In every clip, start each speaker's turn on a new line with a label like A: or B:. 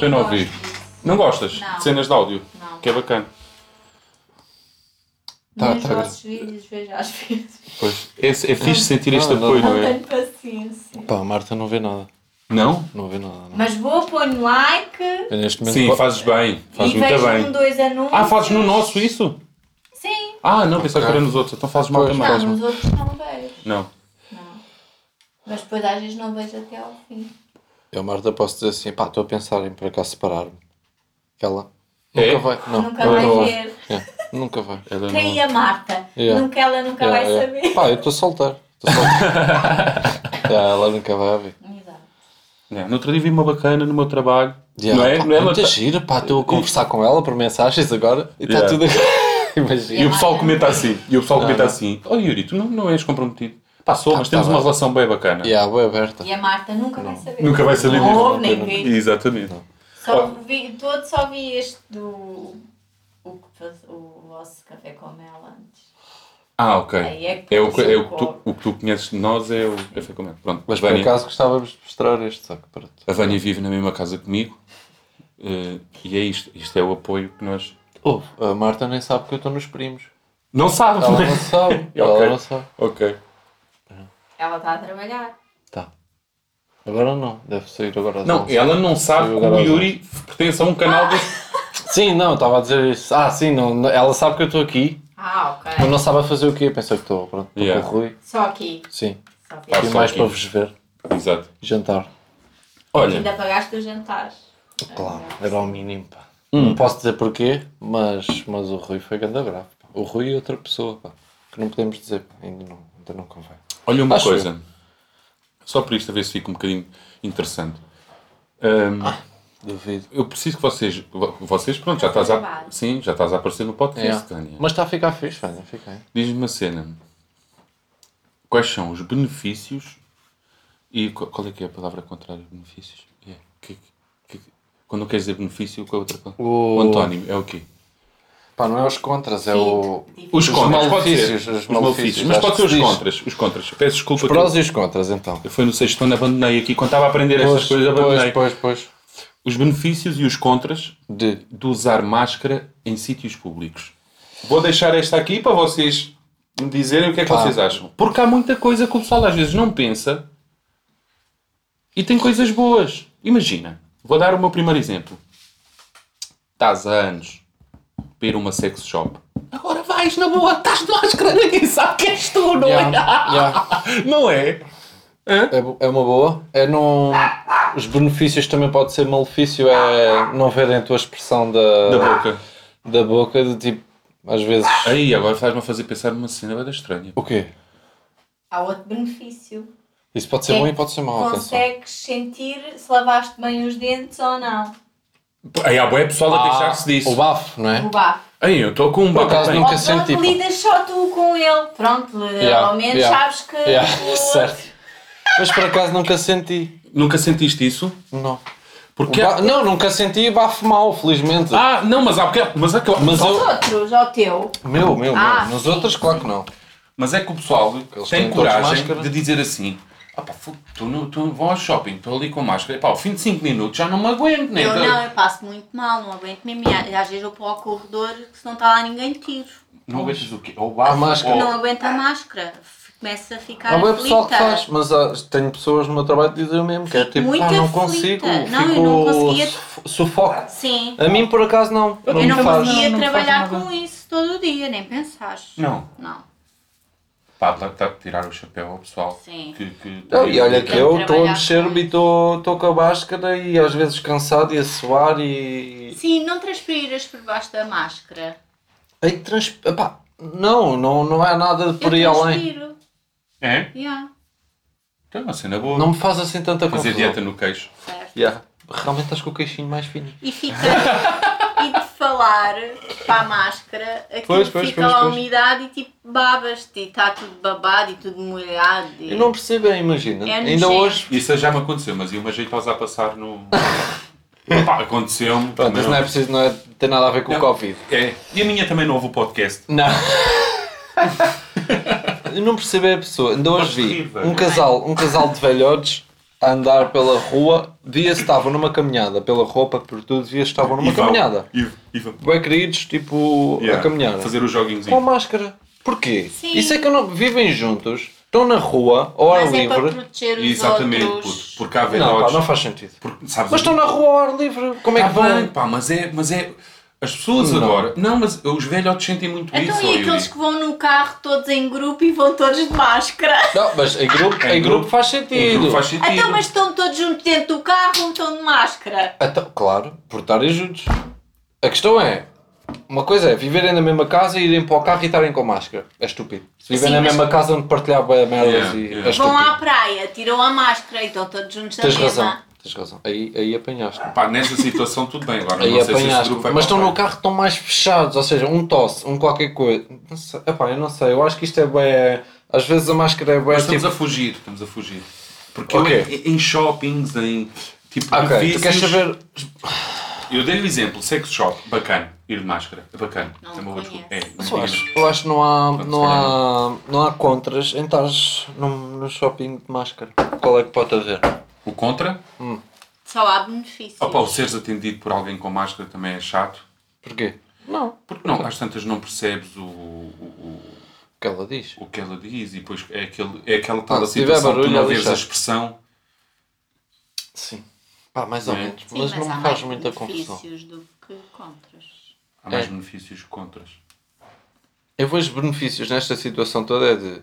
A: pena ouvir. Não gostas
B: Não.
A: de cenas de áudio?
B: Não.
A: Que é bacana. Tá,
B: Tá, Nos
A: tá.
B: vossos vídeos vejo às vezes.
A: Pois. É, é fixe sentir este
C: Ah, não.
A: apoio,
B: Não
A: não é?
B: tenho paciência.
C: Pá, a Marta não vê nada.
A: Não?
C: Não vê nada. Não.
B: Mas vou, ponho like
C: Eu neste momento.
A: Sim,
C: po-
A: fazes bem. Fazes
B: e
A: muito
B: vejo
A: bem.
B: um, dois anúncios.
A: Ah, fazes no nosso isso?
B: Sim.
A: Ah, não, pensava que
C: Ok.
A: era nos outros. Então fazes mal
C: Pois,
A: também.
B: Não,
C: faz-me.
B: nos outros não vejo.
A: Não.
B: Não. Mas depois às vezes não vejo até ao fim.
C: Eu, Marta, posso dizer assim, pá, estou a pensar em por acaso separar-me. Que ela.
A: É?
C: Nunca vai. Não,
B: nunca
C: ela
B: vai
C: não
B: ver.
C: É, nunca vai.
A: Ela não-
B: Quem é a Marta?
C: Yeah.
B: Nunca, ela nunca
C: Yeah,
B: vai
C: yeah.
B: saber.
C: Pá, eu estou a soltar. Estou a soltar. Yeah, ela nunca vai ver.
B: Exato.
A: É, No outro dia vi uma bacana no meu trabalho.
C: Yeah,
A: Não é?
C: Pá,
A: Não é? Ela
C: muita
A: tá-
C: gira, pá, estou a conversar com ela por mensagens agora e está
A: Yeah.
C: tudo a... Imagina.
A: E o pessoal comenta assim. E o pessoal
C: Não,
A: comenta
C: não.
A: assim. Olha, Yuri, tu não, não és comprometido. Pá, sou,
C: Ah,
A: mas
C: tá
A: temos uma
C: bem.
A: relação bem bacana.
C: Yeah, bem aberta.
B: E a Marta nunca vai saber.
A: Nunca vai saber
B: Não
A: disso.
B: ouve nem vê.
A: Exatamente.
B: Só vi, todo só vi este do. O, que faz- o vosso café com mel antes.
A: Ah, ok.
B: Aí é que
A: É o, que- é o, que
B: começou.
A: tu, o que tu conheces de nós é o café com mel. Pronto, mas
C: Mas por
A: Vânia,
C: acaso gostávamos de mostrar este saco. Pronto.
A: a Vânia vive na mesma casa comigo eh, e é isto. Isto é o apoio que nós.
C: Oh, a Marta nem sabe que eu estou nos primos.
A: Não sabe,
C: Ela não
A: mas-
C: sabe.
A: Ok.
C: Ela não sabe.
A: Ok.
B: Ela está a trabalhar.
C: Tá. Agora não. Deve sair agora às
A: Não,
C: 11.
A: ela não sabe
C: Eu
A: que o
C: agora-
A: Yuri pertence a um canal desse.
C: Sim, não, estava a dizer isso. Ah, sim, não, não- ela sabe que eu estou aqui,
B: Ah, ok.
C: mas não sabe a fazer o quê. Eu pensei que estou, pronto, estou
A: Yeah.
C: com o Rui.
B: Só aqui.
C: Sim.
B: Só aqui.
A: Ah,
C: e
A: só
C: mais
A: aqui.
C: para vos ver.
A: Exato.
C: Jantar.
A: Olha,
B: Ainda pagaste o jantar.
C: Claro, era o mínimo, pá.
A: Hum.
C: Não posso dizer porquê, mas, mas o Rui foi ganda bravo. pá. O Rui é outra pessoa, pá. Que não podemos dizer, pá. Ainda não, ainda não convém.
A: olha uma
C: Acho
A: coisa. Só por isto a ver se fica um bocadinho interessante. Ahm,
C: Duvido.
A: Eu preciso que vocês. vo- Vocês, pronto, já
B: Está
A: estás a.
B: gravado.
A: Sim, já estás a aparecer no podcast,
C: Yeah.
A: Vânia.
C: É. Mas está a ficar fixe, velho. Fica aí.
A: Diz-me uma cena. Quais são os benefícios e qu- qual é que é a palavra contrária? Benefícios? É, que- que- quando queres dizer benefício, qual é a outra palavra?
C: O-
A: O antónimo é o quê?
C: Pá, não é os contras, é o.
A: Os,
C: Os
A: contras, pode ser.
C: malefícios,
A: Os
C: os
A: malefícios,
C: malefícios,
A: mas
C: acho
A: pode
C: que
A: ser os
C: se diz.
A: contras. Os contras. Peço desculpa. que
C: Prós e os contras, então.
A: eu fui no sexto ano, abandonei aqui. Quando estava a aprender estas coisas, abandonei.
C: pois, pois, pois.
A: Os benefícios e os contras
C: De.
A: de usar máscara em sítios públicos. Vou deixar esta aqui para vocês me dizerem o que é que
C: Tá.
A: vocês acham. Porque há muita coisa que o pessoal às vezes não pensa e tem coisas boas. Imagina, vou dar o meu primeiro exemplo. Estás há anos para ir a uma sex shop. Agora vais na boa, estás de máscara, ninguém sabe que és tu, não
C: Yeah, yeah.
A: é? Não é?
C: É, bo- é uma boa. É não. Os benefícios também pode ser malefício, é não verem a tua expressão da,
A: Da boca.
C: da boca, de tipo, às vezes.
A: Ah. Aí, agora faz-me a fazer pensar numa cena bem estranha.
C: O quê?
B: Há outro benefício.
C: Isso pode ser
B: É
C: bom e pode ser mau, atenção.
B: Consegues sentir se lavaste bem os dentes ou não.
A: Aí há boa pessoal a queixar-se
C: Ah, O
A: disso.
C: bafo, não é?
B: O bafo.
A: Aí, eu estou com um
C: Por
A: bacana.
C: acaso, Nunca
B: Ou
C: senti,
B: pronto,
C: pá.
B: lidas só tu com ele. Pronto, eh,
C: Yeah,
B: ao menos
C: yeah,
B: sabes que.
C: Yeah,
B: o-
C: certo. Mas por acaso nunca senti.
A: Nunca sentiste isso?
C: Não. O
A: Porque
C: ba- Não, nunca senti bafo mau, felizmente.
A: Ah, não, mas há porque- mas é que
C: Mas
A: mas,
B: Os
C: eu.
B: outros, ao teu.
C: Meu, meu,
B: Ah,
C: meu. Nos
B: sim,
C: outros, claro que não.
A: mas é que o pessoal
C: Eles
A: tem
C: têm todos
A: coragem
C: máscara.
A: de dizer assim: ah pá, fogo, tu, não, tu vão ao shopping, estou ali com máscara, pá, ao fim de 5 minutos já não me aguento, nem
C: Então-
A: então,
B: Eu
A: de-
B: não, eu passo muito mal, não aguento mesmo. E Às vezes eu vou ao corredor, que se não está lá ninguém, tiro.
A: Não aguentas o quê? Ou o bafo,
C: A máscara.
A: ou-
B: Não aguento a máscara. F- Começo a ficar
C: Oh. Há bem é pessoal que faz,
B: Tá aflita.
C: mas há- tenho pessoas no meu trabalho que dizem o mesmo, que é
B: Fico
C: tipo,
B: muito
C: pá, não
B: aflita.
C: consigo,
B: Não, eu
C: fico
B: não conseguia-
C: sufo- sufoco.
B: Sim.
C: A mim, por acaso, não.
B: eu
C: me
B: não
C: faz.
A: Não,
B: conseguia
A: não me faz
B: trabalhar
A: nada.
B: com isso todo o dia, nem pensaste.
A: Não.
B: Não.
A: Pá, dá dá de tirar o chapéu ao pessoal.
B: Sim.
A: Que, que-
C: Não, e olha que
B: Tenho
C: eu
B: que
C: estou a
B: trabalhar
C: mexer-me
B: com
C: e estou com a máscara e às vezes cansado e a suar e...
B: Sim, não transpiriras por baixo da máscara.
C: Aí trans... epá, não, não, não é nada de por aí
B: eu
C: além.
B: transpiro.
A: É?
B: Yeah,
A: Então é uma cena boa.
C: Não me faz assim tanta
A: Fazer
C: confusão.
A: dieta no queixo.
B: certo.
C: Yeah. Realmente estás com o queixinho mais fino.
B: E fica. e de falar para a máscara, aquilo
C: Pois, pois,
B: fica
C: pois,
B: lá a
C: pois.
B: umidade e tipo babas-te e está tudo babado e tudo molhado. E...
C: Eu não percebo, é, imagina.
B: É
C: Ainda
B: nojento.
C: hoje...
A: Isso já me aconteceu, mas ia uma jeitosa a passar no. Pá, aconteceu-me.
C: Pronto,
A: também
C: isso não é preciso, não é, tem nada a ver com o
A: Não.
C: Covid.
A: É. E a minha também não ouve o podcast.
C: Não. Eu não percebo é a pessoa. Ainda hoje vi
A: Horrível.
C: um casal, um casal de velhotes a andar pela rua, dias estavam numa caminhada, pela roupa, por tudo, dias estavam numa
A: E vão.
C: caminhada.
A: E, e vão.
C: Bem queridos, tipo,
A: Yeah.
C: a caminhar.
A: Fazer um os joguinhos.
C: Com máscara. Porquê?
B: Sim.
C: Isso é que eu não... Vivem juntos, estão na rua, ao ar
B: Mas é para
C: livre.
B: proteger os
A: Exatamente,
B: outros.
A: puto, porque há
C: não, pá,
A: velhotes.
C: não faz sentido.
A: porque, sabes,
C: Mas estão na rua ao ar livre. Como é
A: Tá
C: que vão?
A: bem, pá, mas é, mas é. As pessoas
C: Não.
A: agora. Não, mas os velhotes sentem muito
B: Então
A: isso.
B: e
A: ó, Yuri.
B: aqueles que vão no carro todos em grupo e vão todos de máscara?
C: Não, mas em grupo, em
A: Em
C: grupo,
A: grupo.
C: faz
A: Em
C: sentido.
A: grupo faz sentido.
B: Então, mas estão todos juntos dentro do carro, um estão de máscara.
C: Então, claro, por estarem juntos. A questão é, uma coisa é viverem na mesma casa e irem para o carro e estarem com máscara. É estúpido. Se
B: Sim,
C: viverem na
B: mas-
C: mesma casa onde partilhava merdas
A: Yeah,
C: e
A: yeah.
C: é
B: Vão
C: estúpido.
B: à praia, tiram a máscara e estão todos juntos na
C: Tens
B: mesma.
C: razão, tens razão. Aí, aí apanhaste.
A: Pá, nessa situação tudo bem. Agora
C: Aí
A: não sei se esse
C: apanhaste.
A: grupo vai
C: Mas
A: para
C: estão no
A: o
C: carro, estão mais fechados. Ou seja, um tosse, um qualquer coisa. Não sei, epá, eu não sei. Eu acho que isto é bem... Às vezes a máscara é bem...
A: Mas estamos
C: Tipo,
A: a fugir, estamos a fugir. Porque
C: Ok.
A: eu, em- em shoppings, em tipo
C: ok, tu
A: edifícios-
C: queres saber...
A: Eu dei-lhe o exemplo, sex shop, bacana, ir de máscara, é bacana.
B: Não
A: é uma boa desculpa.
B: conheço.
A: É,
C: Mas eu
A: não
C: acho, eu acho que não há,
A: se
C: não
A: calhar
C: há, não há contras em estares num, num shopping de máscara. Qual é que pode haver?
A: digo. O contra,
B: Só há benefícios.
A: opa, o seres atendido por alguém com máscara também é chato.
C: Porquê? Não.
A: Porque não, às tantas não percebes o, o,
C: O que ela diz.
A: o- o que ela diz e depois é, aquele, é aquela tal
C: Ah,
A: da
C: se tiver
A: situação que tu
C: barulho,
A: não
C: é
A: vês a
C: lixado.
A: expressão.
C: Sim. Pá, mais ou
A: É.
C: menos.
B: Sim,
C: mas, não
B: há mais
C: me faz muita confusão.
B: benefícios do que contras.
A: Há mais
C: É.
A: benefícios que contras.
C: Eu vejo benefícios nesta situação toda é de.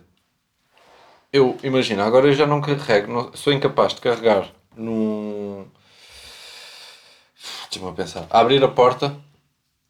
C: Eu imagino, agora eu já não carrego, não- sou incapaz de carregar num. Deixa-me a pensar. A abrir a porta,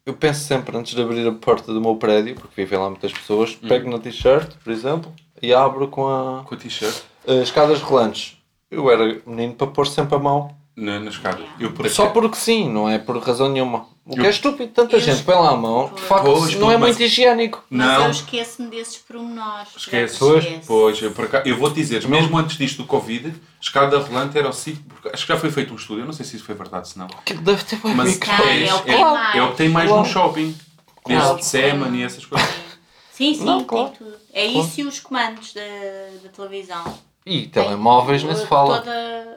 C: eu penso sempre antes de abrir a porta do meu prédio, porque vivem lá muitas pessoas,
A: Hum.
C: pego na t-shirt, por exemplo, e abro com a-
A: Com a t-shirt,
C: as escadas rolantes. Eu era menino para pôr sempre a mão
A: na, na escada. Eu por
C: Só
A: acaso-
C: porque sim, não é por razão nenhuma. O que
A: Eu-
C: é estúpido, tanta
B: Eu-
C: gente põe lá a mão, de facto,
A: Pois,
C: não é
A: mas-
C: muito higiênico.
B: Mas
A: Não,
B: eu esqueço-me desses pormenores.
A: esquece.
C: Pois,
B: Esqueço.
A: Pois, eu, por acaso- eu vou-te dizer, mesmo antes disto do Covid, escada rolante era o sítio. porque Acho que já foi feito um estudo, eu não sei se isso foi verdade, se não.
C: Aquilo deve ter bem
A: Mas
C: micro.
B: Tem, é o que
A: é,
B: tem mais.
A: é o que tem mais
C: Claro.
A: num shopping.
C: Claro.
A: Desde Seman e essas coisas.
B: Sim, sim,
C: Não,
B: tem
C: claro.
B: tudo. É isso e os comandos da, da televisão.
C: E telemóveis nem se fala.
B: Todo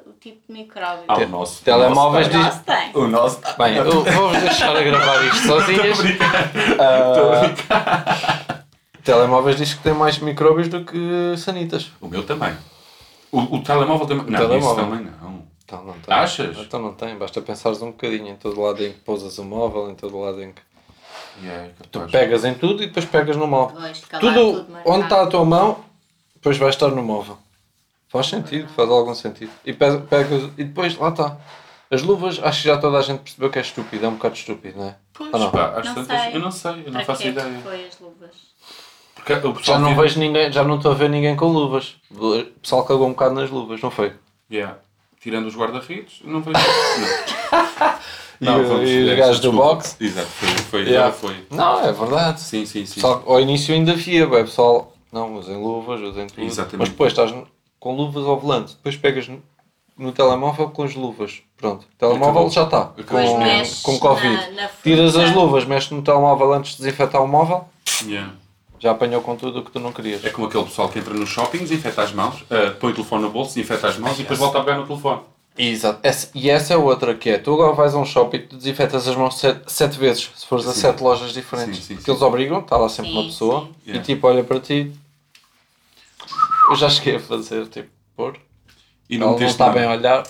B: o tipo de micróbio.
A: Ah, o nosso.
C: Telemóveis
A: o nosso
C: diz-
B: Nós tem.
A: tá. O nosso. tá.
C: Bem, eu vou-vos deixar a gravar isto sozinhas. Telemóveis diz que tem mais micróbios do que sanitas.
A: O meu também. O, o telemóvel também. Não,
C: telemóvel.
A: isso também não.
C: Então não tem.
A: Achas?
C: Então não tem, basta pensares um bocadinho em todo lado em que pousas o móvel, em todo lado em que.
A: Yeah, é
C: Tu
A: capaz.
C: pegas em tudo e depois pegas no móvel.
B: Gosto de calar
C: tudo
B: tudo, mas
C: onde
B: não.
C: está a tua mão, depois vai estar no móvel. Faz sentido, faz algum sentido. E, pe- pegas, e depois, lá está. As luvas, acho que já toda a gente percebeu que é estúpido, é um bocado estúpido, não é?
B: Pois,
C: Ou não?
A: Pá, às
B: Não
A: tantas-
B: sei.
A: Eu não sei, eu não
B: Para
A: faço
B: que é que
A: ideia.
B: Foi as luvas.
A: Porque o pessoal
C: Já não
A: vive-
C: vejo ninguém, já não estou a ver ninguém com luvas. O pessoal cagou um bocado nas luvas, não foi?
A: Yeah. Tirando os guarda-redes, não vejo. não.
C: E
A: Não,
C: o-
A: vamos
C: e os
A: essa
C: gajos do
A: desculpa.
C: boxe?
A: Exato, foi. foi,
C: Yeah.
A: foi.
C: Não, é verdade.
A: Sim, sim, sim.
C: Pessoal, ao início ainda via, bem, pessoal, não usem luvas, usem tudo.
A: Exatamente.
C: Mas depois estás no- com luvas ao volante, depois pegas no, no telemóvel com as luvas. Pronto, o telemóvel
A: Acabou.
C: já está.
A: Acabou. Depois mexes
C: Com, com Covid.
B: na- na fruta.
C: Tiras as luvas, mexes no telemóvel antes de desinfetar o móvel,
A: Yeah.
C: já apanhou com tudo o que tu não querias.
A: É como aquele pessoal que entra nos shoppings, infeta as mãos, ah, põe o telefone no bolso, infeta as mãos e depois volta a pegar no telefone.
C: Exato. Essa- e essa é outra que é, tu agora vais a um shopping e tu desinfetas as mãos sete, sete vezes, se fores a
A: Sim.
C: sete lojas diferentes.
A: Sim, sim,
C: porque
A: sim.
C: eles obrigam, está lá sempre
B: Sim,
C: uma pessoa,
B: sim.
C: e
A: Yeah.
C: tipo olha para ti. Eu já cheguei a fazer, tipo, pôr.
A: E
C: Ela não
A: meteste
C: está
A: nada.
C: bem a olhar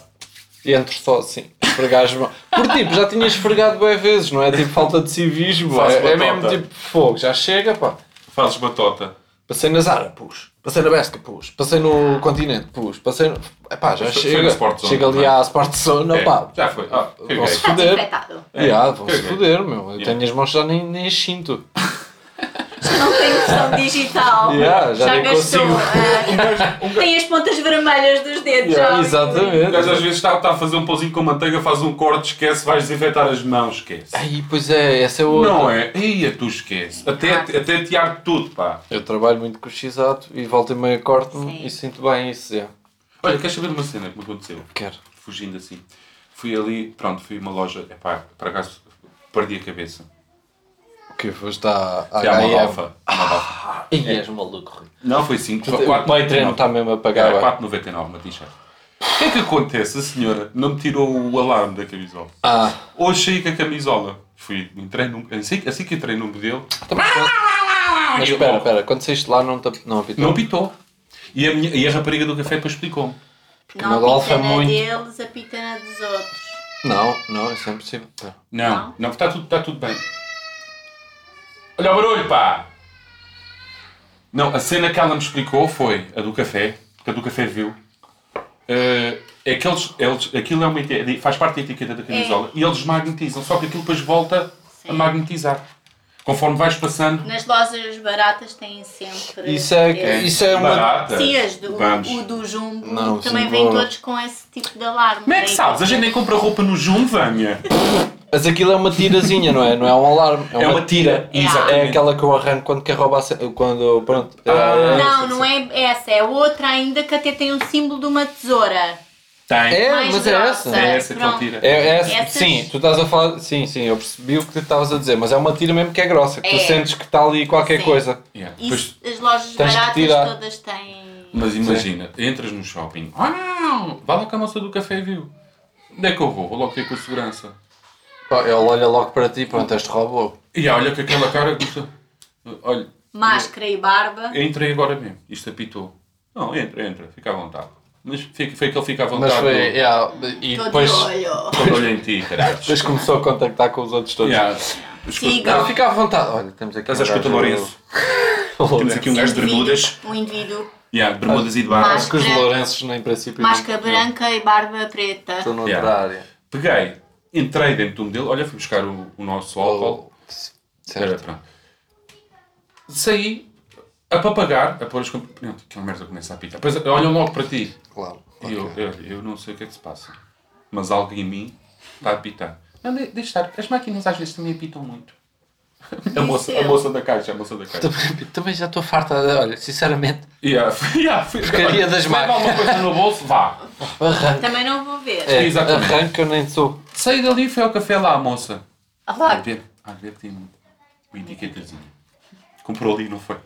C: e entro só assim, esfregar as mãos. Porque tipo, já tinha esfregado bem vezes, não é? Tipo, falta de civismo.
A: Faço
C: É, é
A: batota.
C: mesmo tipo fogo, já chega, pá.
A: Fazes batota.
C: Passei na Zara, pus. Passei na Besca, pus. Passei no Continente, pus. Passei no... Epá, já
A: Foi- foi
C: chega.
A: no Sport Zone,
C: chega ali
A: não é?
C: à Sport Zone,
A: É,
C: opá.
A: já foi. Ah, que
C: Vão-se
A: gay.
B: Está
C: foder.
B: desinfetado.
A: É,
C: Yeah, vão-se
A: caguei.
C: foder, meu. Eu
A: Yeah.
C: tenho as mãos já nem, nem as sinto.
B: Não tem versão digital.
C: Yeah, já nem
B: gastou.
C: consigo.
A: Um
B: ah, tem as pontas vermelhas dos dedos.
C: Yeah,
B: já.
A: O Um gajo às
C: exatamente.
A: vezes está, está a fazer um pãozinho com manteiga, faz um corte, esquece, vais desinfetar as mãos, esquece.
C: Aí, pois é, essa é outra.
A: Não é? Ia, tu esquece. Até, até te arde tudo, pá.
C: Eu trabalho muito com o X-Ato e volta e meia corto-me
B: Sim.
C: e sinto bem isso, é.
A: Olha, queres saber uma cena que me aconteceu?
C: Quero.
A: Fugindo assim. Fui ali, pronto, fui a uma loja. Epá, por acaso, perdi a cabeça.
C: O que foste à, à
A: Fui à
C: H&M?
A: Modalfa. à Modalfa.
C: E
A: É.
C: és maluco, Rui. Então
A: Não, foi 5.
C: O Patreon está tá mesmo a pagar.
A: É,
C: vai.
A: 4,99 uma t-shirt. que é que acontece? A senhora não me tirou o alarme da camisola.
C: Ah,
A: Hoje saí com a camisola. Fui, entrei num, assim, assim que entrei no modelo,
C: também. então, Mas
A: eu-
C: espera, espera, quando saíste lá não, te, não apitou?
A: Ah! não pitou. E a, minha, e a rapariga do café depois explicou-me.
C: o meu
B: Não
C: golfe
B: apita
C: é
B: na
C: muito-
B: deles, apita na dos outros.
C: Não, não, isso é impossível. Espera.
A: Não,
B: Não?
A: não, está tudo, está tudo bem. Olha o barulho, pá! Não, a cena que ela me explicou foi a do café, que a do café viu. Eh, é que eles, eles, aquilo é uma, eti- faz parte da etiqueta da camisola e eles magnetizam, só que aquilo depois volta a
B: É. Sim.
A: magnetizar. Conforme vais passando.
B: Nas lojas baratas têm sempre.
C: Isso é-
B: esse-
C: Isso é uma-
A: barata.
B: Sim, as do,
A: Vamos.
B: o do Jumbo
C: Não,
B: também
C: sim,
B: vêm
C: boa.
B: todos com esse tipo de alarme.
A: Como é que sabes? A gente nem compra roupa no Jum, Vânia.
C: Mas aquilo é uma tirazinha, não é? Não é um alarme. É,
A: É uma tira.
B: É.
A: Exatamente.
C: É aquela que eu arranco quando quer roubar. ce- Quando. Pronto.
A: Ah.
B: Não, não é essa, é outra ainda que até tem um símbolo de uma tesoura.
A: Tem.
C: É,
B: mais
C: mas é
B: grossa.
C: essa.
A: É essa que ele
B: Pronto.
A: tira.
C: É, é essa-
B: Essas-
C: Sim, tu estás a falar. Sim, sim, eu percebi o que tu estavas a dizer, mas é uma tira mesmo que é grossa, que tu
B: É.
C: sentes que está ali qualquer
B: Sim.
C: coisa.
A: Yeah. Depois-
B: Isso, as lojas
C: tens que
B: baratas
C: tirar.
B: todas têm.
A: Mas imagina, entras no shopping. Ah, vai lá com a moça do café e viu. Onde é que eu vou? Vou logo ter com a segurança.
C: Pá, Ele olha logo para ti, pronto, este roubou.
A: E olha com aquela cara. que tu- Olha,
B: Máscara e barba.
A: eu entrei agora mesmo. Isto apitou. Não, entra, entra. Fica à vontade. Mas fica- foi que ele fica à vontade.
C: Mas foi. yeah, e
B: Todo
C: depois,
B: olho.
A: Quando olha em ti, caralho.
C: depois começou a contactar com os outros todos.
A: Yeah.
B: Siga.
C: Não, fica à vontade. Olha, temos aqui. um
A: Estás a escuta,
C: gajo-
A: Lourenço? Temos aqui um gajo de bermudas.
B: Um indivíduo.
A: Yeah, bermudas e de barba.
B: Mas-
C: Acho que os
B: Máscara.
C: Lourenços, em princípio.
B: Máscara
C: não-
B: branca e barba preta.
C: Estou noutra
A: Yeah.
C: área.
A: Peguei, entrei dentro do modelo. Olha, fui buscar o, o nosso álcool. Oh, Era,
C: Certo.
A: pronto. Saí a papagar, a pôr as comp- Pronto, aquela merda começa a pitar. Depois olham logo para ti.
C: Claro.
A: E eu, eu, eu não sei o que é que se passa. Mas algo em mim está a pitar. Não, de- deixa estar. As máquinas às vezes também apitam muito. A moça, a moça da caixa, a moça da caixa.
C: Também, também já estou farta, de- olha, sinceramente.
A: Yeah, yeah, fui-
C: Porcaria das
A: leva
C: máquinas.
A: alguma coisa no bolso, vá.
C: Arranca.
B: Também não vou ver.
C: É,
A: Exatamente.
C: arranca, eu nem sou.
A: Saí dali e fui ao café lá, a moça.
B: Ah,
A: A
B: lá,
A: ver, a ver tem uma etiquetazinha. Comprou ali, não foi?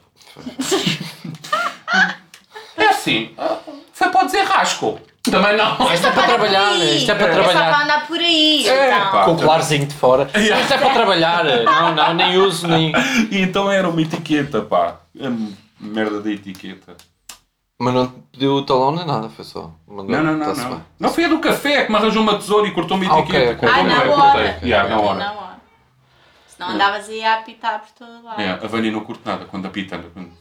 A: é assim, ah, foi para o desenrasco. Também não.
C: Isto é para trabalhar,
B: por aí.
C: isto é para
B: É só para
C: trabalhar. É.
B: andar por aí. então.
A: É, pá.
C: Com o colarzinho de fora. Isto é para trabalhar. Não, não, nem uso, nem.
A: E então era uma etiqueta, pá. A merda da etiqueta.
C: Mas não te pediu o talão nem nada, foi só. Mandou,
A: Não, não, não.
C: tá-se
A: Não,
C: bem.
A: não foi a do café que me arranjou uma tesoura e cortou-me a
C: Ah,
A: etiqueta.
C: ok, ok.
B: Ah,
A: Cortou-me
B: na
A: a
B: hora.
A: etiqueta. Yeah, na hora.
B: Na hora. Senão andavas aí a apitar por todo lado.
A: É, a Vânia não curte nada quando apita. Quando...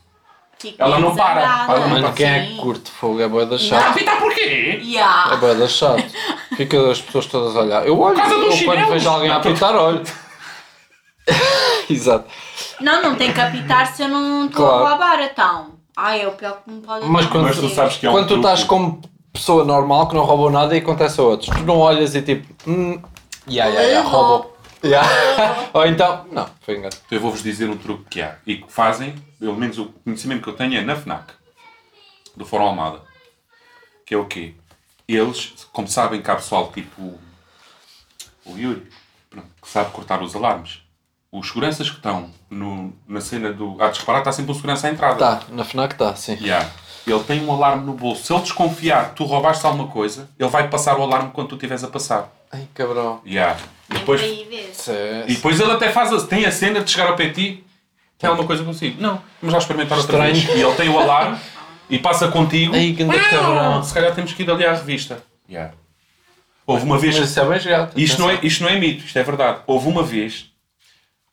B: Fica
A: Ela não para.
B: desagradada.
A: Ela não
C: Mano, quem é
B: Sim.
C: que curte fogo? É boeda
A: Ah,
C: chato.
A: apita porquê?
C: É
B: Yeah.
C: boeda chato. Fica as pessoas todas a olhar. Eu olho,
A: Por causa dos
C: eu quando
A: chinelos.
C: vejo alguém a
A: Não, tô-
C: apitar, olho. Exato.
B: Não, não tem que apitar se eu não estou
C: Claro.
B: a roubar, então. Ai, é o pior que me pode
C: Mas quando-
A: Mas tu sabes que é um
C: Quando tu
A: truque.
C: estás como pessoa normal que não roubou nada e acontece a outros, tu não olhas e tipo. Hum, yeah, yeah, yeah,
B: Levou.
C: roubou. Yeah. Ou então. Não, foi engano.
A: Então eu vou-vos dizer um truque que há e que fazem, pelo menos o conhecimento que eu tenho é na FNAC, do Fórum Almada. Que é o quê? Eles, como sabem que há pessoal tipo o Yuri, pronto, que sabe cortar os alarmes, os seguranças que estão no- na cena do. Há de reparar, está sempre um segurança à entrada.
C: Tá, na FNAC tá, sim.
A: Yeah. Ele tem um alarme no bolso. Se ele desconfiar que tu roubaste alguma coisa, ele vai passar o alarme quando tu estiveres a passar.
C: Ai, cabrão.
A: Yeah. E depois,
B: Por aí vês.
C: Isso é
A: e depois ele até faz a- tem a cena de chegar ao pé de ti. Tem alguma coisa consigo? Não. Vamos lá experimentar outra
C: Estranho.
A: vez. E ele tem o alarme e passa contigo.
C: Ai, que anda
A: Uau!
C: cabrão.
A: Se calhar temos que ir ali à revista. Yeah. Houve uma vez.
C: Mas isso é bem jogado.
A: Isto não, é, isto não é mito, isto é verdade. Houve uma vez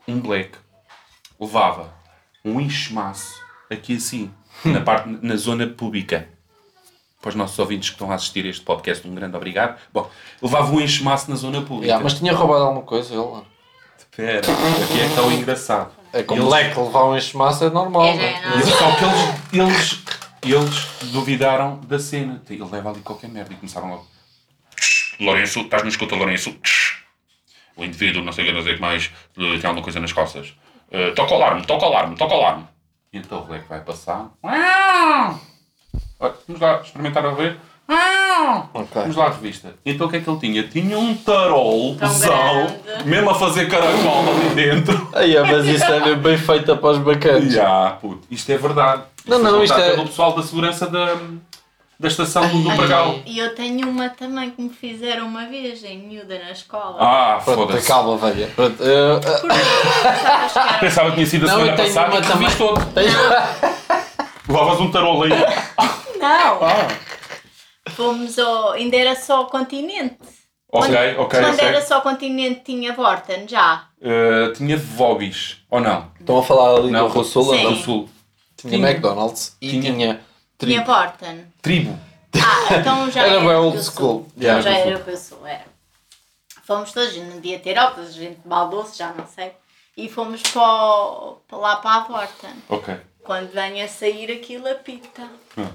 A: um black levava um enxemaço aqui assim, na, parte, na zona pública. Para os nossos ouvintes que estão a assistir a este podcast, um grande obrigado. Bom, levava um enxemaço na zona pública.
C: Yeah, mas tinha roubado alguma coisa ele lá.
A: Espera, aqui é que está o engraçado.
C: É como
A: Eles-
C: black levar um enxemaço é normal.
B: É,
C: né?
B: já é
A: E Só que eles, eles, eles duvidaram da cena. Ele leva ali qualquer merda e começaram logo. Lourenço, estás na escuta, Lourenço. O indivíduo, não sei o que dizer mais, eh, tem alguma coisa nas costas. Eh, toca o alarme, toca o alarme, toca o alarme. E então o moleque vai passar. Uau! Olha, Vamos lá experimentar a ver. Uau!
C: Ok.
A: Vamos lá à revista. Então o que é que ele tinha? Tinha um tarol
B: Tão
A: pesão,
B: grande.
A: mesmo a fazer caracol ali dentro.
C: Ai, é, mas isso é mesmo bem feito após bacanas.
A: Já, puto, isto é verdade.
C: Não,
A: Isto foi
C: não, isto
A: contado
C: é-
A: pelo pessoal da segurança da, da estação do Pargal.
B: E eu tenho uma também que me fizeram uma vez em miúda na escola.
A: Ah,
C: Pronto,
A: foda-se.
C: calma, velha. Pronto, eh, eu- eu-
B: Porque sabes que era-
A: Pensava que tinha sido a
C: Não,
A: semana
C: eu tenho
A: passada
C: uma
A: e também. todo.
C: Tens-
A: Lavas um tarol aí.
B: Não!
A: Ah,
B: Fomos ao. Ainda era só o continente.
A: ok, ok,
B: Quando
A: ok.
C: assim.
B: era só o continente tinha Vorten já.
A: Eh, tinha Vobis, ou não?
C: Estão a falar ali
A: Não,
C: do Russula?
B: Sim.
A: Do
C: não?
A: Sul.
C: Tinha
A: Tinha.
C: McDonald's e
A: Tinha.
C: tinha,
B: Tinha
C: trigo.
B: Vorten.
A: Tribo.
B: Ah, então já
C: Era
B: era,
C: bem
B: o
C: old
B: que eu sou.
C: school.
B: Então
A: Yeah.
B: já era o que eu sou, era. Fomos todos, não devia ter óculos, a gente baldou-se, já não sei. E fomos para o- para lá para a Vorten.
A: Ok.
B: Quando venho a sair aquilo apita.
A: Ah.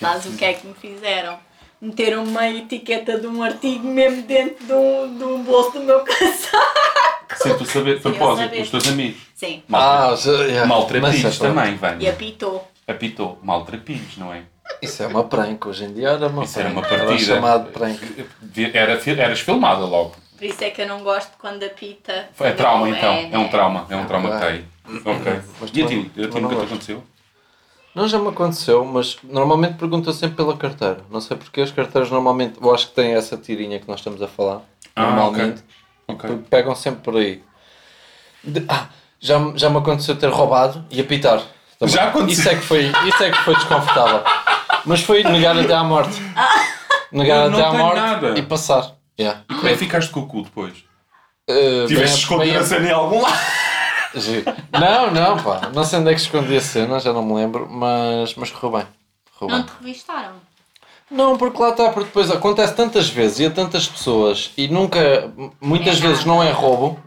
B: Mas o que é que me fizeram? Meteram uma etiqueta de um artigo mesmo dentro de um, de um bolso do meu casaco.
A: Sem tu saber, de
B: Sem eu
A: propósito,
B: saber.
A: os teus amigos.
B: Sim.
A: Maltra-
C: Ah, já- yeah. Mas
A: Maltrapilhos
C: é pronto.
A: também,
B: E
A: Vânia.
B: apitou.
A: Apitou. Maltrapilhos, não é?
C: Isso é uma prank, hoje em dia era uma
A: Isso era uma
C: Era
A: partida.
C: chamado prank.
A: Era, fi- eras filmada logo.
B: Por isso é que eu não gosto quando apita.
A: É trauma
B: Não, né?
A: então. É um trauma. É um trauma que
C: Ah,
A: está aí.
C: Mas
A: Ok. E a
C: também-
A: ti? A ti
C: também não
A: nunca te
C: gosto.
A: aconteceu?
C: Não, já me aconteceu, mas normalmente perguntam sempre pela carteira. Não sei porque as carteiras normalmente, eu acho que têm essa tirinha que nós estamos a falar.
A: Ah,
C: normalmente.
A: Ok.
C: Porque Pegam sempre por aí. De- ah, já, me- já me aconteceu ter roubado e apitar. também.
A: Já aconteceu?
C: Isso é que foi, isso é que foi desconfortável. Mas foi negar até à morte. Negar
A: Eu não
C: até à
A: tenho
C: morte
A: nada.
C: e passar. Yeah.
A: E como é que ficaste com o cu depois?
C: Eh,
A: Tiveste
C: bem- bem-
A: escondido a cena em algum lado?
C: Giro. Não, não, pá. Não sei onde é que escondi a cena, já não me lembro, mas, mas correu bem. Correu
B: Não
C: bem.
B: te revistaram.
C: Não, porque lá está, porque depois acontece tantas vezes e a tantas pessoas e nunca, m- muitas
B: É
C: vezes
B: nada.
C: não é roubo,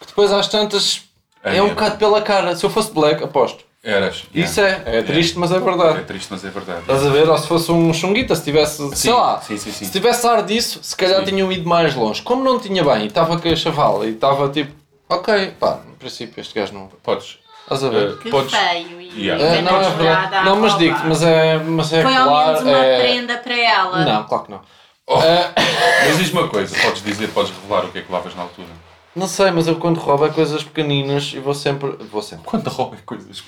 C: que depois às tantas
A: É
C: é, um
A: mesmo.
C: bocado pela cara. Se eu fosse black, aposto.
A: Eras. yeah.
C: Isso é, é triste, mas é
A: É
C: verdade.
A: triste, mas é verdade.
C: Estás a ver? Ou se fosse um chunguita, se tivesse,
A: Sim,
C: sei lá,
A: sim, sim, sim.
C: se tivesse ar disso, se calhar
A: Sim.
C: tinham ido mais longe. Como não tinha bem, e estava com a chavala e estava tipo, ok, pá, no princípio este gajo não.
A: Podes.
C: Estás a ver?
A: Eh,
B: Que
A: Podes-
B: feio. E
A: Yeah.
C: É,
B: e
C: não, é
B: namorada
C: verdade.
B: à
C: Não, mas
B: rouba.
C: digo-te, mas é, mas é
B: Foi
C: claro.
B: ao menos uma
C: é...
B: prenda para ela.
C: Não, claro que não.
A: Oh.
C: É,
A: Mas diz-me uma coisa, podes dizer, podes revelar o que é que lavas na altura.
C: não sei, mas eu quando roubo é coisas pequeninas e vou sempre. Vou sempre.
A: Quando rouba coisas.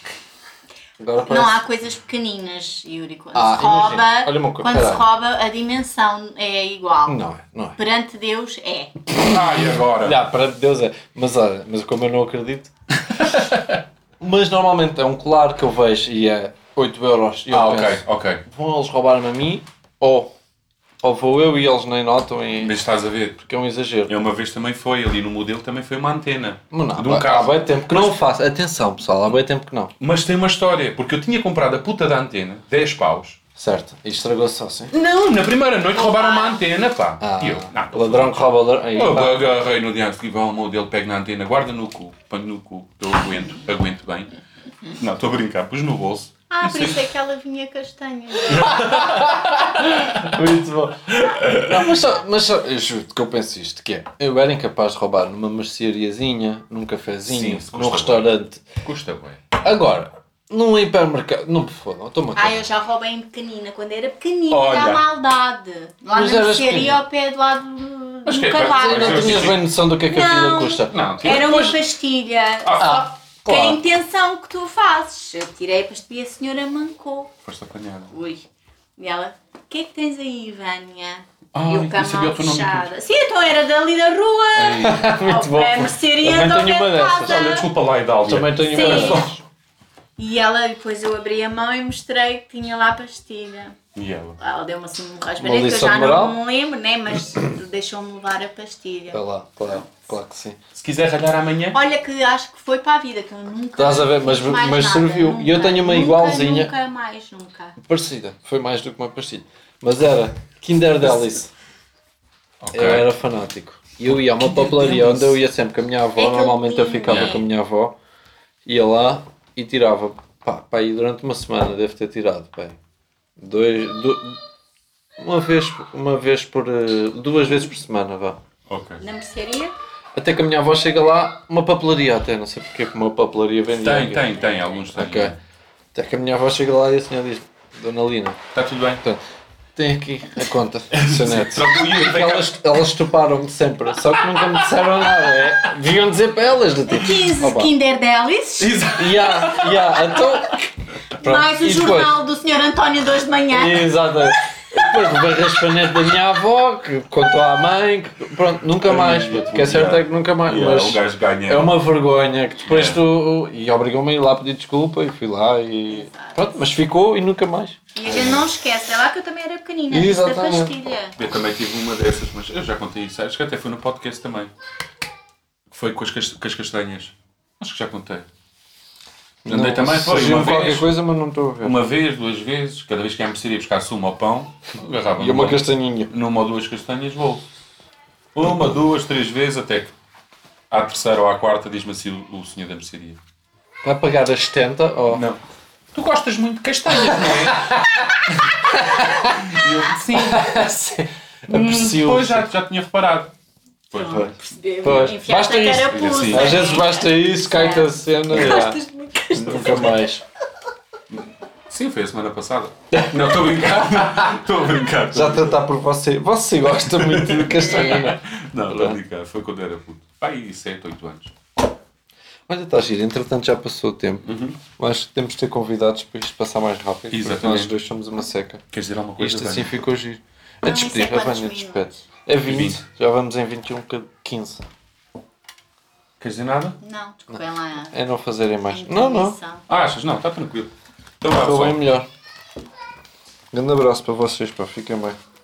C: Agora
B: Não
C: parece.
B: há coisas pequeninas, Yuri. Quando
C: Ah,
B: se
C: imagina.
B: rouba,
C: Olha uma coisa,
B: quando se
C: peraí.
B: rouba, a dimensão é igual.
C: Não é, não é.
B: Perante Deus é.
A: Ai, agora.
C: Olha, para Deus é. Mas olha, mas como eu não acredito. mas normalmente é um colar que eu vejo e é 8 euros. E eu
A: Ah, ok,
C: penso,
A: ok.
C: Vão eles roubar-me a mim ou, ou vou eu e eles nem notam e.
A: Mas estás a ver.
C: Porque é um exagero.
A: Eu uma vez também foi, ali no modelo também foi uma antena.
C: Mas não,
A: de um
C: pá, há
A: carro.
C: bem tempo que não o faço. Atenção pessoal, há bem tempo que não.
A: Mas tem uma história, porque eu tinha comprado a puta da antena, 10 paus.
C: Certo. E estragou-se só, sim.
A: Não, na primeira noite roubaram uma antena, pá.
C: Ah,
A: E eu, não,
C: ladrão que rouba ladrão. Aí,
A: Eu
C: pá.
A: agarrei no dia a seguir, vão ao modelo, pego na antena, guarda no cu, ponho no cu, eu aguento, aguento bem. Não, estou a brincar, pus no bolso.
B: Ah,
A: E
B: por
A: sei-
B: isso é que ela vinha castanha.
C: Muito bom. Não, mas só, mas só, eu juro que eu penso isto, que é, eu era incapaz de roubar numa merceariazinha, num
A: Sim,
C: cafezinho,
A: se
C: num
A: custa
C: restaurante.
A: Custa bem.
C: Agora, num hipermercado, não me fodam, estou-me a
B: Ah, eu
C: cagar.
B: já roubei em pequenina, quando era pequenina,
A: Olha.
B: da maldade. Lá
C: Mas
B: na
C: eras
B: mercearia
C: pequenina.
B: ao pé do lado do
A: Mas é que-
B: do cavalo.
A: mas-
C: Não
A: mas-
C: tinhas bem noção do que é que aquilo
B: Não.
C: custa.
A: Não, tira-
B: Era uma
A: Pois,
B: pastilha.
A: Ah,
B: só que a
C: claro.
B: intenção que tu fazes. Eu tirei a pastilha e a senhora mancou.
A: Foste apanhada.
B: Ui. E ela, o que é que tens aí, Vânia?
A: Ai,
B: e o
A: eu
B: canal
A: sabia o teu nome
B: fechado. Sim, então era dali da rua.
C: Muito
B: Ao
C: bom.
B: pé, mercearia
C: Também
B: de ao
C: tenho
B: pé
C: uma
B: de
C: dessas.
B: casa.
A: Olha, desculpa lá, Idália.
C: Também tenho
B: Sim.
C: uma
B: E ela, depois eu abri a mão e mostrei que tinha lá a pastilha.
A: E ela?
B: Ela deu-me assim um
C: Uma
B: rasbarete que eu
C: lição
B: já
C: de moral?
B: não me lembro, né? mas deixou-me levar a pastilha.
C: Sei lá, claro, claro que sim.
A: Se quiser ralhar amanhã.
B: Olha que acho que foi para a vida, que eu nunca
C: Estás a ver, mas-
B: fiz mais
C: mas
B: nada,
C: serviu. E eu
B: nunca,
C: tenho uma
B: nunca,
C: igualzinha.
B: Nunca mais, nunca.
C: Parecida, foi mais do que uma pastilha. Mas era Kinder Delice.
A: Ok.
C: Eu era fanático. E eu ia a uma papelaria onde eu ia sempre com a minha avó,
B: É que eu
C: normalmente eu
B: tinha.
C: ficava com a minha avó, ia lá e tirava, pá, pá, e durante uma semana devo ter tirado, pá, dois, du- uma vez, uma vez por, eh, duas vezes por semana, vá.
A: Ok.
B: Na mercearia?
C: Até que a minha avó chega lá, uma papelaria até, não sei porque é que uma papelaria vendia.
A: Tem,
C: aquilo.
A: tem, tem, alguns têm.
C: Ok. Até que a minha avó chega lá e a senhora diz, Dona Lina,
A: Está Tá tudo bem?
C: portanto, tem aqui a conta, seu neto.
A: Troca o Yuri, vem cá.
C: Elas, elas toparam-me sempre, só que nunca me disseram nada. É, deviam dizer para elas do tipo.
B: 15
C: opa,
B: Kinder Delice,
A: Exato.
C: yeah, yeah, então. Pronto,
B: mais o
C: e depois?
B: jornal do Sr. António 2 de manhã.
C: Exatamente. Depois levei raspanete da minha avó, que contou à mãe, que, pronto, nunca mais.
D: Ai,
C: O que é certo é que nunca mais.
D: Yeah,
C: mas
D: o gajo ganha.
C: é uma vergonha que depois
A: É.
D: Yeah.
C: tu. E obrigou-me a ir lá pedir desculpa e fui lá e.
B: Exato.
C: Pronto, mas ficou e nunca mais.
B: E a gente não esquece, é lá que eu também era pequenina, antes da
C: Exatamente.
B: pastilha.
A: Eu também tive uma dessas, mas eu já contei isso. Acho que até foi no podcast também. Foi com as, cas- com as castanhas. Acho que já contei. Andei
C: Não,
A: também, foi
C: surgiu-me
A: uma vez,
C: qualquer coisa, mas não estou a ver.
A: uma vez, duas vezes, cada vez que a mercearia ia buscar sumo ao pão, agarrava
C: E uma
A: numa-
C: castanhinha.
A: numa ou duas castanhas, vou. Uma, duas, três vezes, até que à terceira ou à quarta diz-me assim o, o senhor da mercearia.
C: Vai pagar as 70 ou.
A: Não. Tu gostas muito de castanhas, não é? E eu, sim.
C: Aprecio.
A: Depois já, já tinha reparado. Pois,
B: Não, percebi.
C: Pois,
B: Enfiaste
C: basta
B: a
C: isso.
B: carapuça.
A: Sim.
C: Às vezes basta isso, cai-te a
B: Yeah.
C: cena.
B: Gostas
C: yeah.
B: de muito castanha.
C: Nunca mais.
A: Sim, foi a semana passada. Não, estou a brincar. Estou a brincar.
C: Já tratar por você. Você gosta muito de castanha, não é?
A: Não, estou a brincar. Foi quando era puto. Pai, 7, 8 anos.
C: Olha, está giro, entretanto já passou o tempo. Acho que temos de ter convidados para isto passar mais rápido. Porque
A: Exatamente.
C: nós dois somos uma seca.
A: Queres dizer alguma coisa?
C: Isto
A: Dani?
C: assim ficou giro. A
B: Não, isso é
C: despedir, a
B: quantos
C: Vânia
B: minutos?
C: despede. É 20.
A: 20.
C: Já vamos em 21, que- 15.
A: Queres dizer nada?
B: Não, desculpem lá.
C: É não fazerem mais.
B: a
C: Não, não.
B: intervenção.
A: Ah, achas? Não, está tranquilo. Então vá,
C: Estou
A: pessoal.
C: bem melhor. Grande abraço para vocês, pá. Fiquem bem.